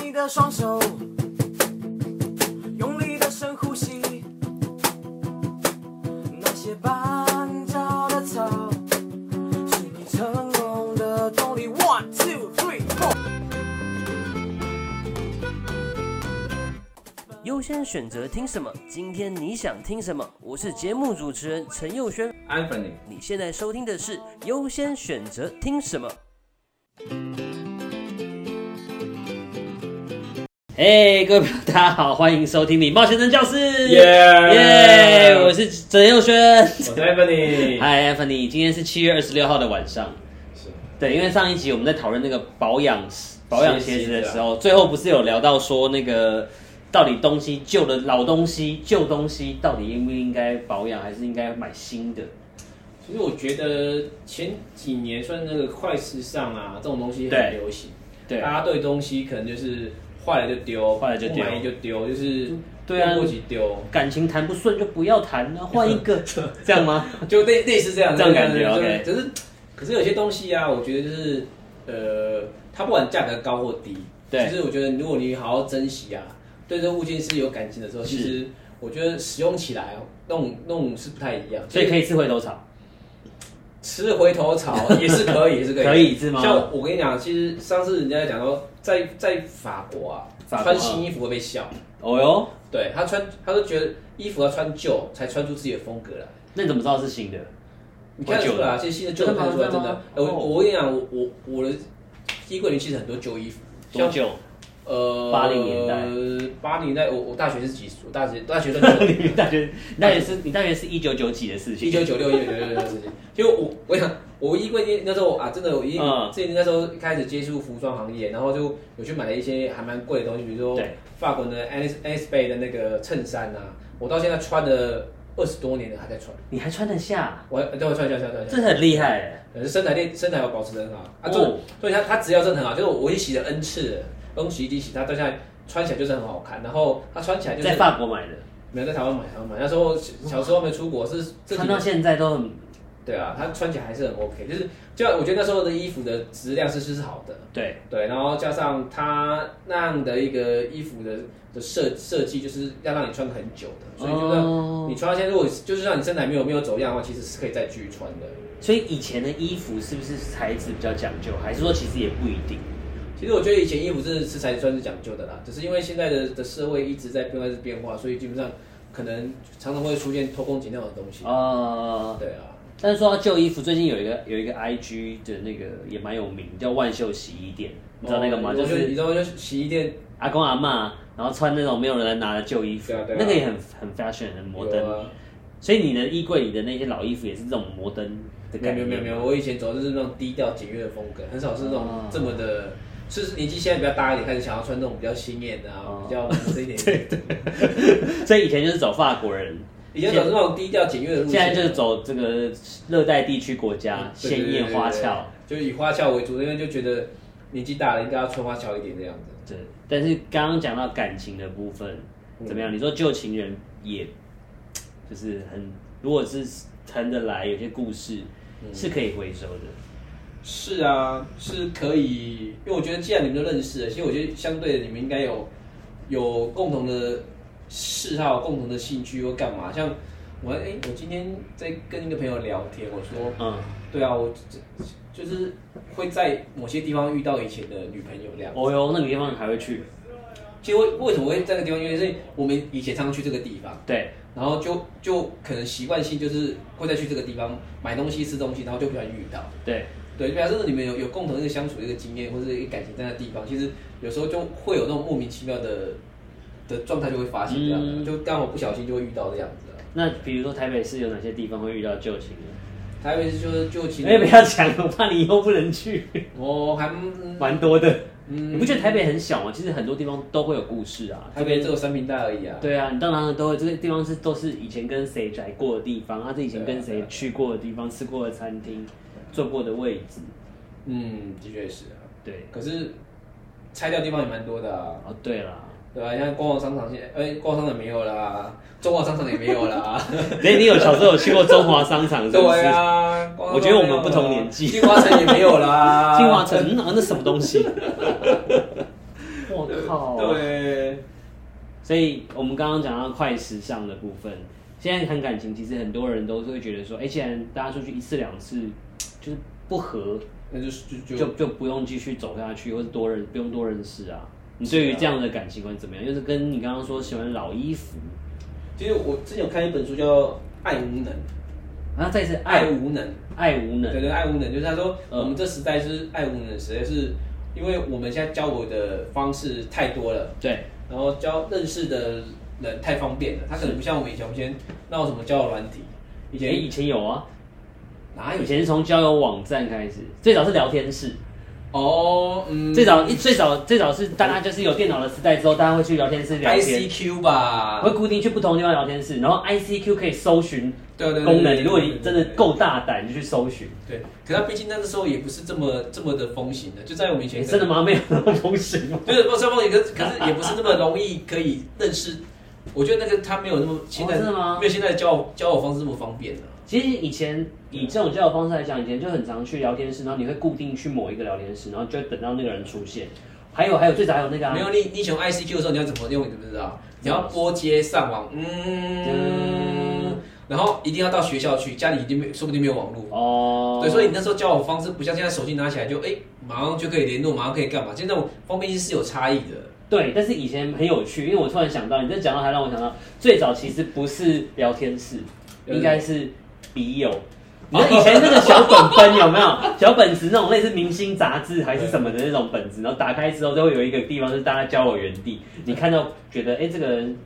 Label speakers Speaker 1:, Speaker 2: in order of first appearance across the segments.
Speaker 1: 你的双手，用力的深呼吸。那些绊倒的草，是你成功的动力。One two three four。
Speaker 2: 优先选择听什么？今天你想听什么？我是节目主持人陈佑轩，
Speaker 3: Anthony，
Speaker 2: 你现在收听的是优先选择听什么。嘿、各位朋友，大家好，欢迎收听《礼貌先生教室》
Speaker 3: 耶
Speaker 2: 耶我是陈佑轩。
Speaker 3: 我是 Anthony。
Speaker 2: 嗨，Anthony，今天是七月二十六号的晚上。
Speaker 3: 是
Speaker 2: 对，因为上一集我们在讨论那个保养保养鞋子的时
Speaker 3: 鞋
Speaker 2: 候，最后不是有聊到说那个到底东西旧的老东西旧东西到底应不应该保养，还是应该买新的？
Speaker 3: 其实我觉得前几年算那个快时尚啊，这种东西
Speaker 2: 对
Speaker 3: 很流行，
Speaker 2: 对啊
Speaker 3: 大家对东西可能就是坏了就丢，
Speaker 2: 坏了就丢
Speaker 3: 不满意就丢，就是
Speaker 2: 对啊
Speaker 3: 用过期丢，
Speaker 2: 感情谈不顺就不要谈了，换一 个，这样吗？
Speaker 3: 就类类似这样
Speaker 2: 这样感觉
Speaker 3: 就是
Speaker 2: OK
Speaker 3: 就是，可是有些东西啊，我觉得就是呃，它不管价格高或低，
Speaker 2: 对
Speaker 3: 其实我觉得如果你好好珍惜啊，对这物件是有感情的时候，
Speaker 2: 是
Speaker 3: 其实我觉得使用起来那种那种是不太一样，
Speaker 2: 所以可以吃回头草，
Speaker 3: 吃回 头草也是可以，也是可以，
Speaker 2: 可以是吗
Speaker 3: 像我跟你讲，其实上次人家讲说，在在法国啊，
Speaker 2: 法国啊
Speaker 3: 穿新衣服会被笑，
Speaker 2: 哦哟，
Speaker 3: 对他穿，他都觉得衣服要穿旧才穿出自己的风格来。
Speaker 2: 那你怎么知道是新的？
Speaker 3: 你看得出来啊，其实新的旧的看得出来，真
Speaker 2: 哦真的
Speaker 3: 的
Speaker 2: 吗。
Speaker 3: 哎我
Speaker 2: 哦
Speaker 3: 我跟你讲，我我我的衣柜里面其实很多旧衣服，
Speaker 2: 多久？
Speaker 3: 呃，
Speaker 2: 80年代
Speaker 3: 八零年代，我我大学是几岁？我大学大学算 旧，
Speaker 2: 你大学，你大学是，你大学是一九九几的事情？
Speaker 3: 一九九六一九九六的事情。就我我想，我衣柜那时候啊，真的我一
Speaker 2: 嗯
Speaker 3: 之前那时候开始接触服装行业，然后就有去买了一些还蛮贵的东西，比如说
Speaker 2: 对
Speaker 3: 法国的 Anis Anis Bay 的那个衬衫啊，我到现在穿了二十多年了还在穿，
Speaker 2: 你还穿得下，
Speaker 3: 我还等我穿一下，穿一下，穿一下
Speaker 2: 这。很厉害。
Speaker 3: 可是身材练身材有保持得很好啊，就
Speaker 2: 哦
Speaker 3: 所以它它质量真的很好，就是我已经洗了 N 次了，用洗衣机洗它，到现在穿起来就是很好看，然后它穿起来就是
Speaker 2: 在法国买的，
Speaker 3: 没有在台湾买，台湾买那时候小时候没出国是这几
Speaker 2: 穿到
Speaker 3: 年
Speaker 2: 现在都很
Speaker 3: 对啊，它穿起来还是很 OK，就是就我觉得那时候的衣服的质量是是好的，
Speaker 2: 对，
Speaker 3: 对，然后加上它那样的一个衣服的的设设计，就是要让你穿很久的，所以就让、
Speaker 2: 哦
Speaker 3: 你穿到现在，如果就是让你身材没有没有走样的话，其实是可以再继续穿的。
Speaker 2: 所以以前的衣服是不是材质比较讲究，还是说其实也不一定？
Speaker 3: 其实我觉得以前衣服是是才算是讲究的啦，只是因为现在的的社会一直在不断地变化，所以基本上可能常常会出现偷工减料的东西。
Speaker 2: 呃，
Speaker 3: 对啊，
Speaker 2: 但是说到旧衣服，最近有一个有一个 IG 的那个也蛮有名，叫万秀洗衣店，你知道那个吗？
Speaker 3: 哦
Speaker 2: 就
Speaker 3: 你
Speaker 2: 是
Speaker 3: 知道就洗衣店
Speaker 2: 阿公阿嬷，然后穿那种没有人来拿的旧衣服，
Speaker 3: 对啊对啊
Speaker 2: 那个也很很 fashion 很摩登。
Speaker 3: 有啊
Speaker 2: 所以你的衣柜里的那些老衣服也是这种摩登的
Speaker 3: 没
Speaker 2: 感
Speaker 3: 有
Speaker 2: 觉，
Speaker 3: 没有没有没有，我以前走的就是那种低调简约的风格，很少是那种
Speaker 2: 哦
Speaker 3: 这么的。就是年纪现在比较大一点，开始想要穿那种比较鲜艳的啊
Speaker 2: 哦，
Speaker 3: 比较这一点。 对对，
Speaker 2: 所以以前就是走法国人，
Speaker 3: 以前走是那种低调简约的路
Speaker 2: 现在
Speaker 3: 线，
Speaker 2: 就是走这个热带地区国家，
Speaker 3: 对对
Speaker 2: 鲜艳花俏。，
Speaker 3: 对对对就以花俏为主，因为就觉得年纪大了应该要穿花俏一点这样子。
Speaker 2: 对，但是刚刚讲到感情的部分，
Speaker 3: 嗯
Speaker 2: 怎么样？你说旧情人也，就是很，如果是谈得来，有些故事
Speaker 3: 嗯
Speaker 2: 是可以回收的。
Speaker 3: 是啊，是可以，因为我觉得既然你们都认识了，其实我觉得相对的你们应该有有共同的嗜好、共同的兴趣或干嘛。像我，哎、我今天在跟一个朋友聊天，我说，
Speaker 2: 嗯，
Speaker 3: 对啊，我就就是会在某些地方遇到以前的女朋友这样。
Speaker 2: 哦哟，那个地方还会去？
Speaker 3: 其实为为什么会在那个地方约？因为我们以前常常去这个地方，
Speaker 2: 啊对，
Speaker 3: 然后就就可能习惯性就是会再去这个地方买东西、吃东西，然后就不小心遇到。
Speaker 2: 对，
Speaker 3: 对，表示你们有有共同一个相处的一个经验，或者是一个感情在那地方，其实有时候就会有那种莫名其妙的的状态就会发生，这样、
Speaker 2: 嗯
Speaker 3: 就刚好不小心就会遇到这样子啊。
Speaker 2: 那比如说台北市有哪些地方会遇到旧情人？
Speaker 3: 台北就是就其
Speaker 2: 哎，
Speaker 3: 实
Speaker 2: 不要讲了，我怕你以后不能去，
Speaker 3: 我还 嗯
Speaker 2: 蛮多的。
Speaker 3: 嗯
Speaker 2: 你不觉得台北很小吗？其实很多地方都会有故事啊。
Speaker 3: 台北只有三平大而已啊。
Speaker 2: 对啊，你到哪里都会，这个地方是都是以前跟谁来过的地方，啊他是以前跟谁去过的地方，吃过的餐厅，坐过的位置，
Speaker 3: 嗯，的确是啊。
Speaker 2: 对，
Speaker 3: 可是拆掉地方也蛮多的啊，
Speaker 2: 哦对啦，
Speaker 3: 对吧、像逛逛商场现在，哎、逛商场没有啦，中华商场也没有 啦。
Speaker 2: 哎，你有小时候有去过中华商场是不
Speaker 3: 对
Speaker 2: 是？
Speaker 3: 啊，逛
Speaker 2: 我觉得我们不同年纪
Speaker 3: 金华 城也没有啦。
Speaker 2: 金华城嗯啊那什么东西？我靠，所以我们刚刚讲到快时尚的部分，现在谈感情，其实很多人都会觉得说，哎、既然大家出去一次两次，就是不合，
Speaker 3: 那就是就
Speaker 2: 就
Speaker 3: 就
Speaker 2: 就不用继续走下去，或是多认不用多认识啊。你对于
Speaker 3: 是啊
Speaker 2: 这样的感情观怎么样？就是跟你刚刚说喜欢老衣服，
Speaker 3: 其实我之前有看一本书叫《爱无能》，
Speaker 2: 然后啊再是
Speaker 3: 爱
Speaker 2: 爱
Speaker 3: 无能，
Speaker 2: 爱无能
Speaker 3: 嗯对，对，爱无能，就是他说
Speaker 2: 嗯
Speaker 3: 我们这时代是爱无能时代，是因为我们现在交友的方式太多了，
Speaker 2: 对，
Speaker 3: 然后交认识的人太方便了，他可能不像我们以前，我们以前那有什么交友软体，以
Speaker 2: 以
Speaker 3: 前
Speaker 2: 前以前有啊，
Speaker 3: 哪有
Speaker 2: 以前是从交友网站开始，最早是聊天室，
Speaker 3: 哦，嗯，
Speaker 2: 最早一最早最早是大家就是有电脑的时代之后，大家会去聊天室聊天。哦
Speaker 3: ICQ 吧
Speaker 2: 会，固定去不同地方聊天室，然后 ICQ 可以搜寻
Speaker 3: 对对对
Speaker 2: 功
Speaker 3: 对对
Speaker 2: 能。
Speaker 3: 对
Speaker 2: 如果你真的够大胆，就去搜寻。
Speaker 3: 对，可他毕竟那个时候也不是这么这么的风行的，就在我们以前
Speaker 2: 诶真的。吗？没有那么风行吗？
Speaker 3: 就是不是风行，可是可是也不是那么容易可以认识。我觉得那个他没有那么现在、
Speaker 2: 哦真的吗
Speaker 3: 没有现在的交友交友方式那么方便了、啊
Speaker 2: 其实以前以这种交友方式来讲，以前就很常去聊天室，然后你会固定去某一个聊天室，然后就等到那个人出现。还有还有，最早还有那个、啊、
Speaker 3: 没有你你从 ICQ 的时候你要怎么用，你知不知道？你要拨接上网，嗯，然后一定要到学校去，家里已经没说不定没有网络。
Speaker 2: 哦，
Speaker 3: 对，所以你那时候交友方式不像现在手机拿起来就哎、马上就可以联络，马上可以干嘛？现在我方便性是有差异的。
Speaker 2: 对，但是以前很有趣，因为我突然想到，你在讲到还让我想到，最早其实不是聊天室，
Speaker 3: 嗯
Speaker 2: 应该是笔友。你知道以前那个小本本有没有？小本子那种类似明星杂志还是什么的那种本子，然后打开之后就会有一个地方是大家交友原地，你看到觉得哎、诶这个人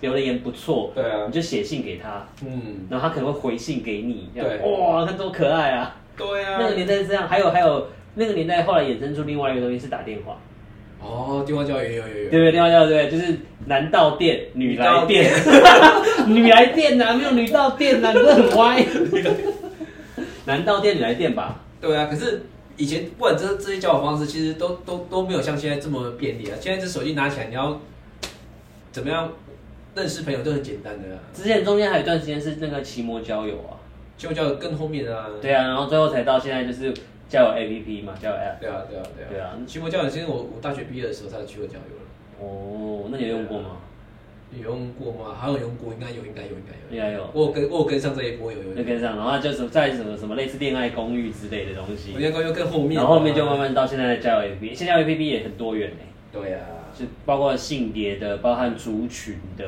Speaker 2: 留的言不错，
Speaker 3: 对啊
Speaker 2: 你，就写信给他，
Speaker 3: 嗯，
Speaker 2: 然后他可能会回信给你，这样
Speaker 3: 对
Speaker 2: 哇，他多可爱啊！
Speaker 3: 对啊
Speaker 2: 那个年代是这样，还有还有那个年代后来衍生出另外一个东西是打电话。
Speaker 3: 哦，电话交友也有有
Speaker 2: 对不
Speaker 3: 有。
Speaker 2: 对？另外一个对不对？就是男到店，女来店， 女来店呐、没有女到店呐、你这很 歪。男到店，女来店吧？
Speaker 3: 对啊，可是以前不管这这些交友方式，其实都都都没有像现在这么便利啊。现在这手机拿起来，你要怎么样认识朋友都很简单的、啊，
Speaker 2: 之前中间还有一段时间是那个骑摩交友啊，
Speaker 3: 就叫更后面的啊。
Speaker 2: 对啊，然后最后才到现在就是交友 APP 嘛，交友 App。
Speaker 3: 对啊，对啊，对啊。
Speaker 2: 对啊
Speaker 3: 期末交友，其实我我大学毕业的时候才有期末交友了。
Speaker 2: 哦，那你有用过吗？
Speaker 3: 你有用过吗？还有用过，应该有，应该有，应该
Speaker 2: 应
Speaker 3: 有。
Speaker 2: 该有，
Speaker 3: 我有跟我有跟上这一波，有有
Speaker 2: 就
Speaker 3: 有。
Speaker 2: 跟上，然后就是在什么什么类似恋爱公寓之类的东西
Speaker 3: 我，应该又更后面，啊
Speaker 2: 然后后面就慢。慢到现在的交友 APP，现在交友 APP 也很多元欸
Speaker 3: 对啊，
Speaker 2: 就包括性别的，包含族群的，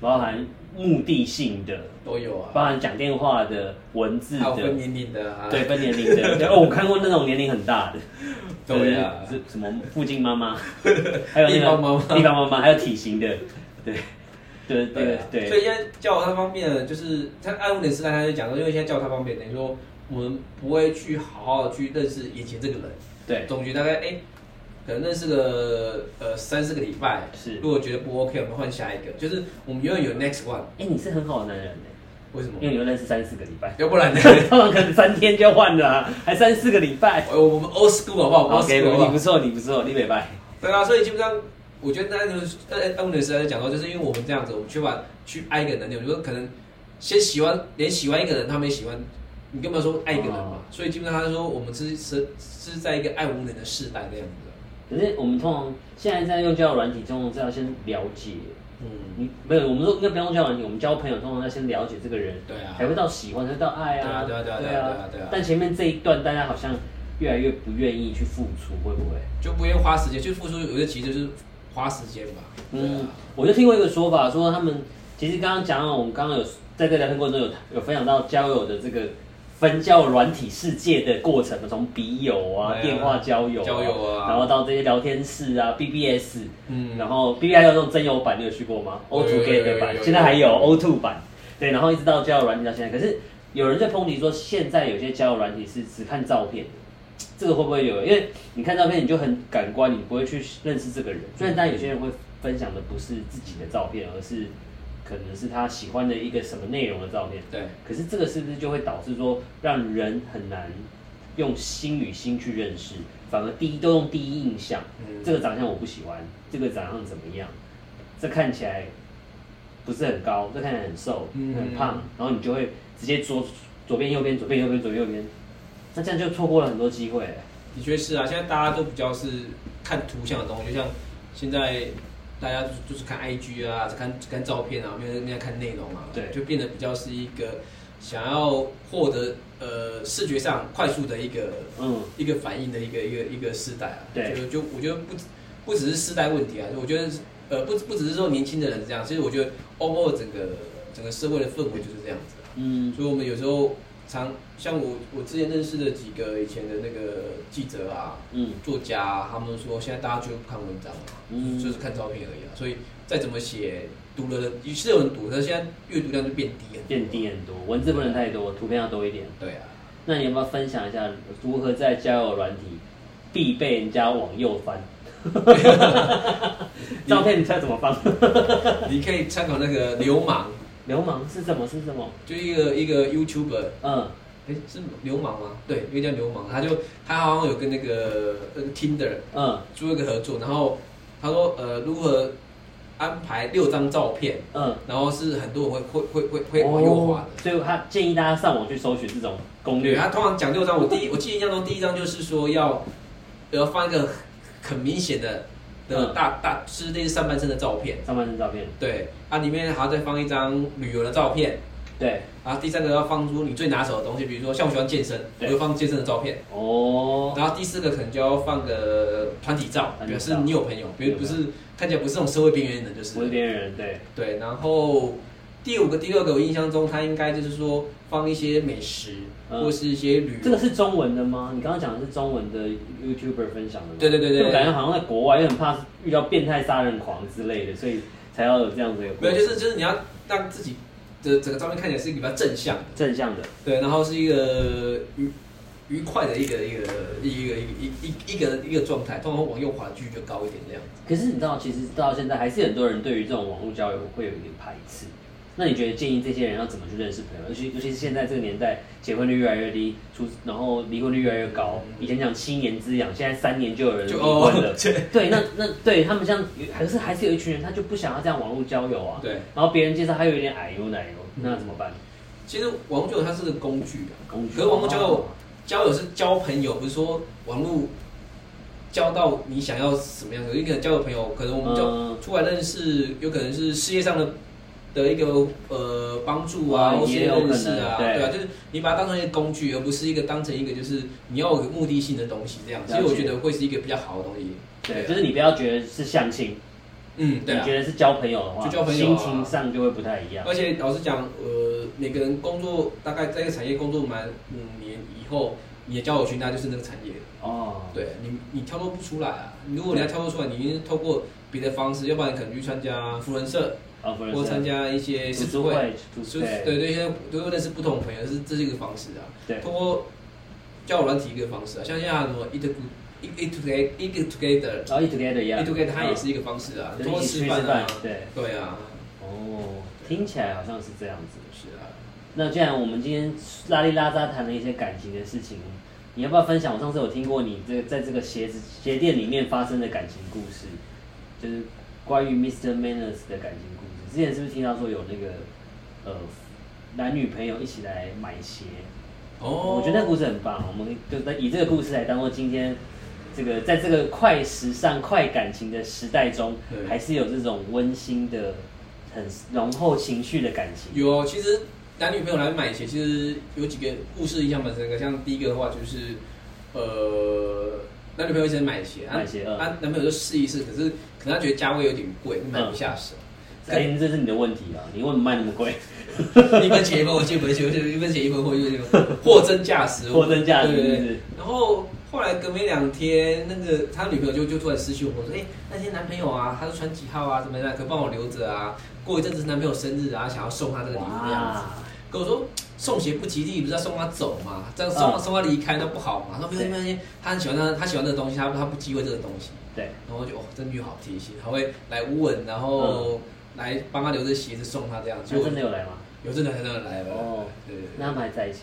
Speaker 2: 包含目的性的，
Speaker 3: 都有啊，
Speaker 2: 包含讲电话的、文字
Speaker 3: 还有分
Speaker 2: 的，
Speaker 3: 年龄的啊。
Speaker 2: 对，分年龄的。对哦，我看过那种年龄很大的，
Speaker 3: 对啊
Speaker 2: 就是什么附近妈妈，还有那个
Speaker 3: 地方妈妈
Speaker 2: 地方妈妈，还有体型的，对，对
Speaker 3: 对
Speaker 2: 对
Speaker 3: 啊所
Speaker 2: 对
Speaker 3: 以现在教他方面，就是他爱物点时代，他就讲说，因为现在教他方面，等于说我们不会去好好的去认识以前这个人，
Speaker 2: 对，
Speaker 3: 总觉得大概哎、可能认识个呃三四个礼拜，
Speaker 2: 是
Speaker 3: 如果觉得不 OK，我们换下一个，就是我们永远有 next one，
Speaker 2: 哎，你是很好的男人欸
Speaker 3: 为什么？
Speaker 2: 因为你们认识三四个礼拜，
Speaker 3: 要不然呢？
Speaker 2: 通常可能三天就换了啊，还三四个礼拜。
Speaker 3: 我我们 old school 好不好
Speaker 2: OK，
Speaker 3: ？old school 好不
Speaker 2: 你
Speaker 3: 好
Speaker 2: 不错，你不错，你美白。
Speaker 3: 对啊，所以基本上，我觉得那就是呃，当的时代在讲到，就是因为我们这样子，我们缺乏去爱一个能力。我觉得可能先喜欢，连喜欢一个人，他们也喜欢，你根本说爱一个人嘛。
Speaker 2: 哦
Speaker 3: 所以基本上他说，我们是是是在一个爱无能的世代那样子的。
Speaker 2: 可是我们通常现在在用交友软体，通常是要先了解，
Speaker 3: 嗯，
Speaker 2: 你没有，我们说应该不用交友软体，我们交朋友通常要先了解这个人，
Speaker 3: 对啊
Speaker 2: 才会到喜欢，才会到爱啊，
Speaker 3: 对啊对啊对啊对啊对啊
Speaker 2: 但前面这一段，大家好像越来越不愿意去付出，会不会？
Speaker 3: 就不愿意花时间去付出，有些其实就是花时间吧。对
Speaker 2: 嗯
Speaker 3: 啊，，
Speaker 2: 我就听过一个说法，说他们其实刚刚讲到，我们刚刚有在这个聊天过程中有有分享到交友的这个分交友软体世界的过程，从笔友啊、
Speaker 3: 对啊
Speaker 2: 电话交友、
Speaker 3: 交友啊
Speaker 2: 然后到这些聊天室啊、BBS，
Speaker 3: 嗯
Speaker 2: 然后 BBS 有那种真友版，你有去过吗？O
Speaker 3: 有
Speaker 2: two
Speaker 3: 有
Speaker 2: Gay
Speaker 3: 有有
Speaker 2: 的版
Speaker 3: 有，有
Speaker 2: 现在还有
Speaker 3: 有
Speaker 2: O two 版，对，然后一直到交友软体到现在，可是有人在抨击说，现在有些交友软体是只看照片。这个会不会有？因为你看照片，你就很感官，你不会去认识这个人。虽然当然有些人会分享的不是自己的照片，而是可能是他喜欢的一个什么内容的照片。
Speaker 3: 对，
Speaker 2: 可是这个是不是就会导致说，让人很难用心与心去认识，反而第一都用第一印象，
Speaker 3: 嗯
Speaker 2: 这个长相我不喜欢，这个长相怎么样，这看起来不是很高，这看起来很瘦，
Speaker 3: 嗯
Speaker 2: 很胖，然后你就会直接左左边右边左边右边左边右边，那这样就错过了很多机会、
Speaker 3: 的确是啊。现在大家都比较是看图像的东西，就像现在大家就就是看 IG 啊，只看只看照片啊，没有人家看内容啊，
Speaker 2: 对
Speaker 3: 就变得比较是一个想要获得呃视觉上快速的一个
Speaker 2: 嗯，
Speaker 3: 一个反应的一个一个一个世代啊，
Speaker 2: 对
Speaker 3: 就就我觉得不止不只是世代问题啊，我觉得呃不不只是说年轻的人这样，其实我觉得 overall 整个整个社会的氛围就是这样子啊、
Speaker 2: 嗯，
Speaker 3: 所以我们有时候常像我我之前认识的几个以前的那个记者啊、
Speaker 2: 嗯，
Speaker 3: 作家、啊，他们说现在大家就不看文章了、
Speaker 2: 嗯
Speaker 3: 就是看照片而已啊。所以再怎么写，读的人也是有人读，但是现在阅读量就变低了。
Speaker 2: 变低很多，文字不能太多，图片要多一点。
Speaker 3: 对啊，
Speaker 2: 那你要不要分享一下如何在交友软体必被人家往右 翻？照片你猜怎么翻？
Speaker 3: 你可以参考那个流氓，
Speaker 2: 流氓是什么？是什么？
Speaker 3: 就一个一个 YouTuber。
Speaker 2: 嗯，
Speaker 3: 哎，是流氓吗？对，一个叫流氓，他就他好像有跟那个那个 Tinder
Speaker 2: 嗯
Speaker 3: 做一个合作，然后他说呃如何安排六张照片，
Speaker 2: 嗯，
Speaker 3: 然后是很多人会会会会会往右滑的。
Speaker 2: 哦所以他建议大家上网去搜寻这种攻
Speaker 3: 对，啊
Speaker 2: 略。
Speaker 3: 他通常讲六张，我第一我记得印象中第一张就是说要要放一个很很明显的的
Speaker 2: 嗯
Speaker 3: 大大是类似上半身的照片，
Speaker 2: 上半身照片，
Speaker 3: 对，啊里面还要再放一张旅游的照片，
Speaker 2: 对，
Speaker 3: 然后第三个要放出你最拿手的东西，比如说像我喜欢健身，我
Speaker 2: 对
Speaker 3: 就放健身的照片。
Speaker 2: 哦，
Speaker 3: 然后第四个可能就要放个团体照，
Speaker 2: 团体照
Speaker 3: 表示你有朋友，比如不是看起来不是那种社会边缘人，就
Speaker 2: 我是
Speaker 3: 是
Speaker 2: 边缘人，对，
Speaker 3: 对。然后第五个、第六个，我印象中他应该就是说放一些美食、
Speaker 2: 嗯
Speaker 3: 或是一些旅游。
Speaker 2: 这个是中文的吗？你刚刚讲的是中文的 YouTuber 分享的吗？
Speaker 3: 对对对对
Speaker 2: 就感觉好像在国外，因为很怕遇到变态杀人狂之类的，所以才要有这样子的。
Speaker 3: 没有，就是就是你要让自己的整个照片看起来是一个比较正向的，
Speaker 2: 正向的，
Speaker 3: 对，然后是一个呃愉愉快的一个一个一个一个一一一个一个状态，通常往右滑的几率就高一点这样。
Speaker 2: 可是你知道，其实到现在还是很多人对于这种网络交友会有一点排斥。那你觉得建议这些人要怎么去认识朋友？尤其尤其是现在这个年代，结婚率越来越低，出然后离婚率越来越高。以前讲七年之痒，现在三年就有人离
Speaker 3: 嗯就
Speaker 2: 婚了。
Speaker 3: 哦对
Speaker 2: 对，那那对他们像还是还是有一群人，他就不想要这样网络交友啊。
Speaker 3: 对，
Speaker 2: 然后别人介绍他有点矮油奶油，那怎么办？
Speaker 3: 其实网络交友它是个工具啊，
Speaker 2: 工具
Speaker 3: 可是网络交友交友是交朋友，不是说网络交到你想要什么样的。有可能交个朋友，可能我们
Speaker 2: 嗯
Speaker 3: 就出来认识，有可能是事业上的的一个呃帮助啊，
Speaker 2: 嗯
Speaker 3: 或是
Speaker 2: 也有可能
Speaker 3: 认识啊，
Speaker 2: 对
Speaker 3: 对啊，就是你把它当成一个工具，而不是一个当成一个就是你要有目的性的东西这样。
Speaker 2: 了解
Speaker 3: 所以我觉得会是一个比较好的东西。啊
Speaker 2: 对，就是你不要觉得是相亲，
Speaker 3: 嗯，对
Speaker 2: 你
Speaker 3: 啊。
Speaker 2: 觉得是交朋友的话，
Speaker 3: 就交朋友
Speaker 2: 心
Speaker 3: 啊
Speaker 2: 情上就会不太一样。
Speaker 3: 而且老实讲，呃，每个人工作大概在一个产业工作满五年以后，你的交友圈大概就是那个产业。
Speaker 2: 哦，
Speaker 3: 对啊你，你跳脱不出来啊！如果你要跳脱出来，你一定是透过别的方式，要不然可能去参加福人社，
Speaker 2: 啊，不
Speaker 3: 或参加一些
Speaker 2: 读
Speaker 3: 社
Speaker 2: 书
Speaker 3: 会，
Speaker 2: 会，读
Speaker 3: 就
Speaker 2: 书
Speaker 3: 是
Speaker 2: 会，
Speaker 3: 对对，现在都会认识不同朋友，是这是一个方式啊。
Speaker 2: 对
Speaker 3: 通过交友软体一个方式啊，像现在什么 it it together it together
Speaker 2: 然后 eat together 一样
Speaker 3: it together，它也是一个方式啊，
Speaker 2: 就
Speaker 3: 通过
Speaker 2: 一起
Speaker 3: 吃
Speaker 2: 去
Speaker 3: 饭
Speaker 2: 吃饭
Speaker 3: 啊，，
Speaker 2: 对，
Speaker 3: 对啊，
Speaker 2: 哦，听起来好像是这样子。
Speaker 3: 是啊。
Speaker 2: 那既然我们今天拉里拉扎谈了一些感情的事情，你要不要分享？我上次有听过你这在这个鞋子鞋店里面发生的感情故事，就是关于 Mr. Manners 的感情故事。之前是不是听到说有那个呃男女朋友一起来买鞋？
Speaker 3: 哦，
Speaker 2: 我觉得那故事很棒，我们就在以这个故事来当做今天这个在这个快时尚、快感情的时代中，
Speaker 3: 对
Speaker 2: 还是有这种温馨的、很浓厚情绪的感情。
Speaker 3: 有，其实男女朋友来买鞋，其实有几个故事印象蛮深刻。像第一个的话就是，呃，男女朋友一起买鞋，啊
Speaker 2: 买鞋嗯
Speaker 3: 啊，男朋友就试一试，可是可能他觉得价位有点贵，买不下手。
Speaker 2: 哎、这是你的问题啊！你为什么卖那么贵？
Speaker 3: 一分钱一分货，一分钱一分货，一分钱一分货，一 分钱一分货，货真价实，
Speaker 2: 货真价实
Speaker 3: 对对
Speaker 2: 是不
Speaker 3: 对
Speaker 2: 是。
Speaker 3: 然后后来隔没两天，那个他女朋友就就突然私信我说：“哎、那天男朋友啊，他是穿几号啊，怎么样，可不可以帮我留着啊？过一阵子男朋友生日啊，想要送他这个礼物这样子。”
Speaker 2: 哇，
Speaker 3: 跟我说送鞋不吉利，不是要送他走嘛？这样送、
Speaker 2: 嗯
Speaker 3: 送他离开那不好嘛？他说没
Speaker 2: 对
Speaker 3: 有没有，他很喜欢他他喜欢这个东西，他他不忌讳这个东西。
Speaker 2: 对，
Speaker 3: 然后我就哦，这女好贴心，还会来问，然后来帮他留着鞋子送他这样。
Speaker 2: 嗯啊那真的有来吗？
Speaker 3: 有真的真的来了，
Speaker 2: 哦
Speaker 3: 对对
Speaker 2: 那他们还 在一起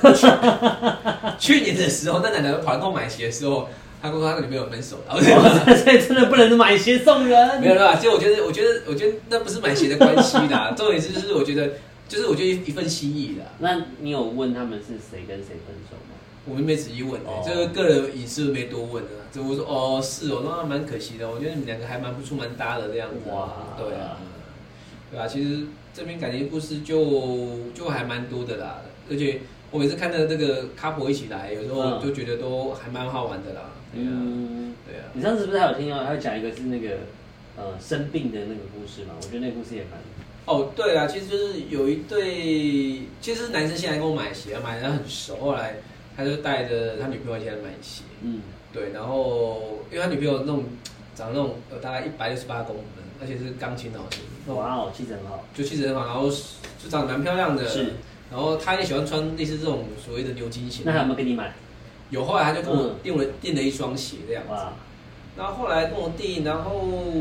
Speaker 2: 吗？
Speaker 3: 对。去年的时候，那奶奶跑来跟我买鞋的时候，她跟我说她跟女朋友分手了。我 就
Speaker 2: 哦所以真的不能买鞋送人。
Speaker 3: 没有啦，就我觉得，我觉得，我觉得那不是买鞋的关系 啦，重点就是我觉得，就是我觉得一份心意啦。
Speaker 2: 那你有问他们是谁跟谁分手吗？
Speaker 3: 我们没仔细问、
Speaker 2: 哦
Speaker 3: 这个个人隐私没多问啊。这我说哦是哦，那蛮可惜的。我觉得你们两个还蛮不错，蛮搭的这样子。
Speaker 2: 哇
Speaker 3: 对啊，对啊，其实这边感情故事就就还蛮多的啦，而且我每次看到这个 couple 一起来，有时候
Speaker 2: 嗯
Speaker 3: 就觉得都还蛮好玩的啦。对啊，
Speaker 2: 嗯，
Speaker 3: 对啊。
Speaker 2: 你上次是不是还有听到还有讲一个是那个呃生病的那个故事嘛？我觉得那个故事也蛮
Speaker 3: 哦，对啊，其实就是有一对，其实男生先来跟我买鞋，买的很熟，后来他就带着他女朋友一起来买鞋，
Speaker 2: 嗯
Speaker 3: 对，然后因为他女朋友那种长得那种呃大概一百六十八公分，而且是钢琴老师，哇，
Speaker 2: 哇哦，气质很好，
Speaker 3: 就气质很好，然后就长得蛮漂亮的，
Speaker 2: 是，
Speaker 3: 然后他也喜欢穿类似这种所谓的牛津鞋，
Speaker 2: 那他有没有给你买？
Speaker 3: 有后来他就跟我
Speaker 2: 嗯
Speaker 3: 订了订了一双鞋这样子，
Speaker 2: 哇，
Speaker 3: 然后后来跟我弟，然后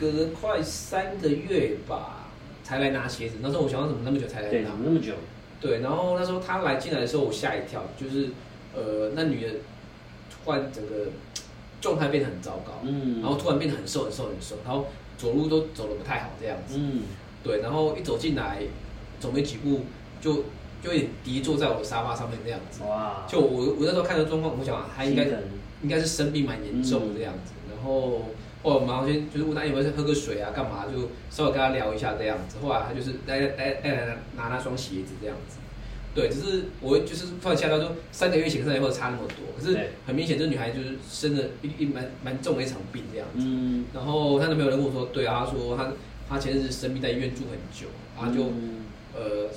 Speaker 3: 隔了快三个月吧，才来拿鞋子。那时候我想要怎么那么久才来
Speaker 2: 对，
Speaker 3: 拿
Speaker 2: 怎么？那么久？
Speaker 3: 对，然后那时候他来进来的时候，我吓一跳，就是呃，那女的突然整个状态变得很糟糕，
Speaker 2: 嗯，
Speaker 3: 然后突然变得很瘦很瘦很瘦，然后走路都走的不太好这样子。
Speaker 2: 嗯，
Speaker 3: 对，然后一走进来，走没几步就就有点跌坐在我的沙发上面这样子。
Speaker 2: 哇，
Speaker 3: 就我我那时候看到状况，我想啊他应该
Speaker 2: 心疼
Speaker 3: 应该是生病蛮严重的这样子。然后后来我们好像就是问他有没有喝个水啊，干嘛就稍微跟他聊一下这样子。后来他就是带带带来拿那双鞋子这样子。对，只是我就是突然吓到，就三个月前跟三个月后差那么多，可是
Speaker 2: 对
Speaker 3: 很明显这女孩就是生了一一蛮蛮重的一场病这样子。
Speaker 2: 嗯，
Speaker 3: 然后她男朋友人跟我说，对啊，她说她她前阵子生病在医院住很久，然后就。
Speaker 2: 嗯
Speaker 3: 呃，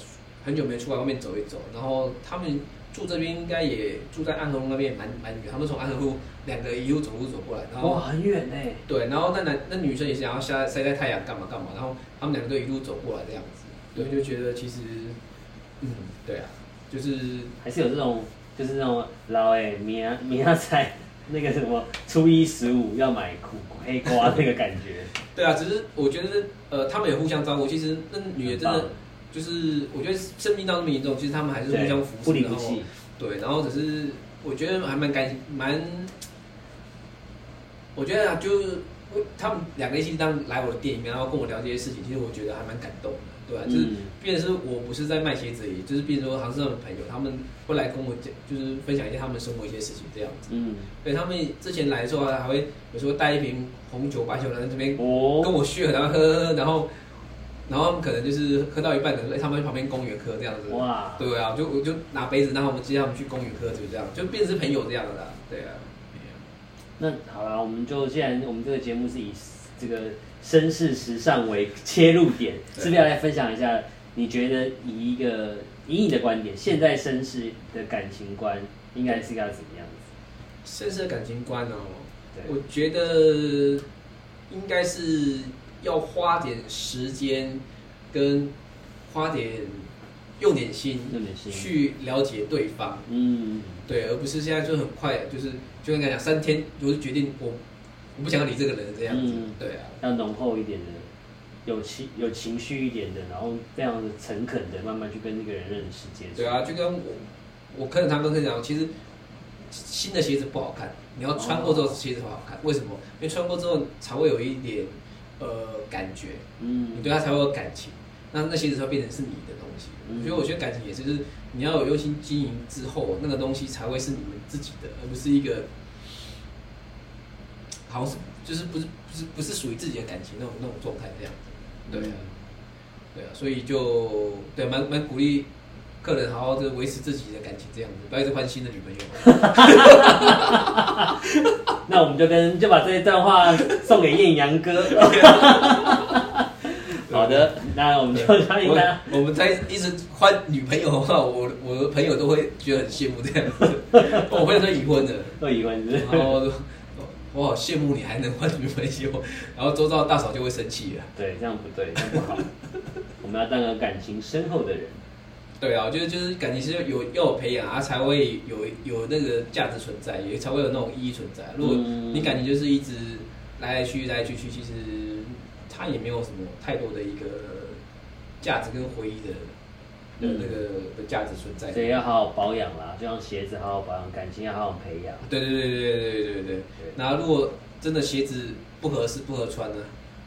Speaker 3: 很久没出来外面走一走，然后他们住这边应该也住在暗河路那边也蛮蛮远，他们从暗河路两个一路走路走过来，然后
Speaker 2: 哇，很远呢，
Speaker 3: 对，然后那男那女生也是想要晒晒晒太阳干嘛干嘛，然后他们两个就一路走过来这样子，对，就觉得其实，嗯，对啊，就是
Speaker 2: 还是有这种就是那种老哎明明仔菜那个什么初一十五要买苦黑瓜那个感觉，
Speaker 3: 对啊，只是我觉得呃，他们也互相照顾，其实那女的真
Speaker 2: 很
Speaker 3: 的
Speaker 2: 棒
Speaker 3: 就是我觉得生病到那么严重，其实他们还是互
Speaker 2: 对
Speaker 3: 相扶持，
Speaker 2: 不离不
Speaker 3: 然后
Speaker 2: 弃，
Speaker 3: 对，然后只是我觉得还蛮感蛮，我觉得啊，就是我他们两个一起当来我的店里面，然后跟我聊这些事情，其实我觉得还蛮感动的，对啊，就是
Speaker 2: 嗯
Speaker 3: 变成是我不是在卖鞋子而已，就是变成说好像是他们朋友，他们会来跟我讲，就是分享一些他们生活一些事情这样子。
Speaker 2: 嗯，
Speaker 3: 对他们之前来的时候啊还会有时候带一瓶红酒、白酒来这边跟
Speaker 2: 哦，
Speaker 3: 我 share，然后喝喝，喝然后然后他们可能就是喝到一半，可能哎他们在旁边公园喝这样子，
Speaker 2: 哇，
Speaker 3: 对啊，我就我就拿杯子，然后我们接他们去公园喝酒，这样就变成是朋友这样的啦。对啊，
Speaker 2: 那好啦，我们就既然我们这个节目是以这个绅士时尚为切入点，是
Speaker 3: 对
Speaker 2: 不是要来分享一下？你觉得以一个以你的观点，现在绅士的感情观应该是要怎么样子？
Speaker 3: 绅士的感情观哦，
Speaker 2: 对
Speaker 3: 我觉得应该是要花点时间，跟花点用点心
Speaker 2: 用点心
Speaker 3: 去了解对方，
Speaker 2: 嗯，
Speaker 3: 对，而不是现在就很快，就是就跟你讲三天，我就决定我我不想理这个人这样子，
Speaker 2: 嗯
Speaker 3: 对啊。
Speaker 2: 要浓厚一点的，有情有情绪一点的，然后非常的诚恳的，慢慢去跟那个人认识接触。
Speaker 3: 对啊，就跟我我客人他们跟讲，其实新的鞋子不好看，你要穿过之后鞋子才好看。为什么？因为穿过之后才会有一点呃感觉，你
Speaker 2: 嗯，
Speaker 3: 对它才会有感情。那那鞋子才会变成是你的东西。
Speaker 2: 嗯
Speaker 3: 我觉得，我觉得感情也是，就是你要有用心经营之后，那个东西才会是你们自己的，而不是一个好像是就是不是不是不是属于自己的感情那种那种状态这样子。对啊。对啊，所以就对蛮蛮鼓励客人好好的维持自己的感情，这样子，不要一直换新的女朋 友。
Speaker 2: 那我们就跟就把这一段话送给艳阳 哥。
Speaker 3: 啊
Speaker 2: 好的，那我们就答应他。
Speaker 3: 我我们在一直换女朋友的话，我我的朋友都会觉得很羡慕这样子。我朋友都已婚了，
Speaker 2: 二一万字。
Speaker 3: 然后我好羡慕你还能换女朋友，然后周遭大嫂就会生气了。
Speaker 2: 对，这样不对，这样不 好。我们要当个感情深厚的人。
Speaker 3: 对啊，我觉得就是感情是有要有培养啊，才会有有那个价值存在，也才会有那种意义存在。如果
Speaker 2: 嗯
Speaker 3: 你感情就是一直来来去去来来去去，其实它也没有什么太多的一个价值跟回忆的的
Speaker 2: 嗯
Speaker 3: 那个的价值存在。
Speaker 2: 所以要好好保养啦，就像鞋子好好保养，感情要好好培养。
Speaker 3: 对对对对对对对对。那如果真的鞋子不合适不合穿呢，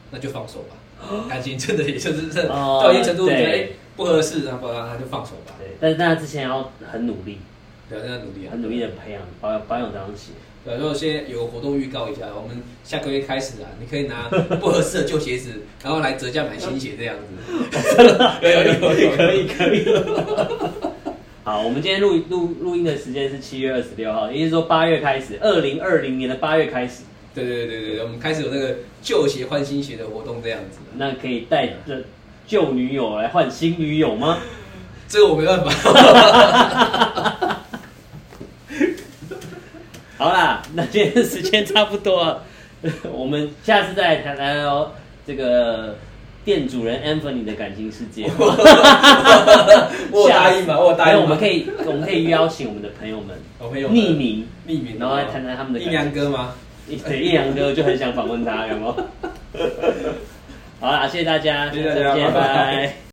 Speaker 3: 那就放手 吧。感情真的也就是这
Speaker 2: 哦
Speaker 3: 到一定程度，觉得
Speaker 2: 对
Speaker 3: 哎不合适，然后把它就放手吧。
Speaker 2: 对，但是大家之前要很努力，
Speaker 3: 对啊，现在努力啊，
Speaker 2: 很努力的培养保养保养这双鞋。
Speaker 3: 对，如果现在有个活动预告一下，我们下个月开始啊，你可以 拿不合适的旧鞋子，然后来折价买新鞋这样 子。 有有有有
Speaker 2: 可以可以。 好，我们今天录录录音的时间是七月二十六号，也就是说八月开始，二零二零年的八月开始，
Speaker 3: 对对对对对，我们开始有那个旧鞋换新鞋的活动这样子。
Speaker 2: 那可以带着旧女友来换新女友吗？
Speaker 3: 这个我没办法。
Speaker 2: 好啦，那今天时间差不多 了，我们下次再谈谈哦，这个店主人 Anthony 的感情世界。
Speaker 3: 我有答应嘛，我有答
Speaker 2: 没
Speaker 3: 应
Speaker 2: 有我
Speaker 3: 嘛。哦
Speaker 2: 们可以我们可以邀请我们的朋友们
Speaker 3: 我 朋友们
Speaker 2: 匿名，
Speaker 3: 匿名，
Speaker 2: 然后来谈谈他们的
Speaker 3: 一良哥吗？
Speaker 2: 一对一两个就 很想访问他，有没有？好啦，谢谢大家，
Speaker 3: 谢谢大
Speaker 2: 下
Speaker 3: 家
Speaker 2: 次见
Speaker 3: 拜拜
Speaker 2: 拜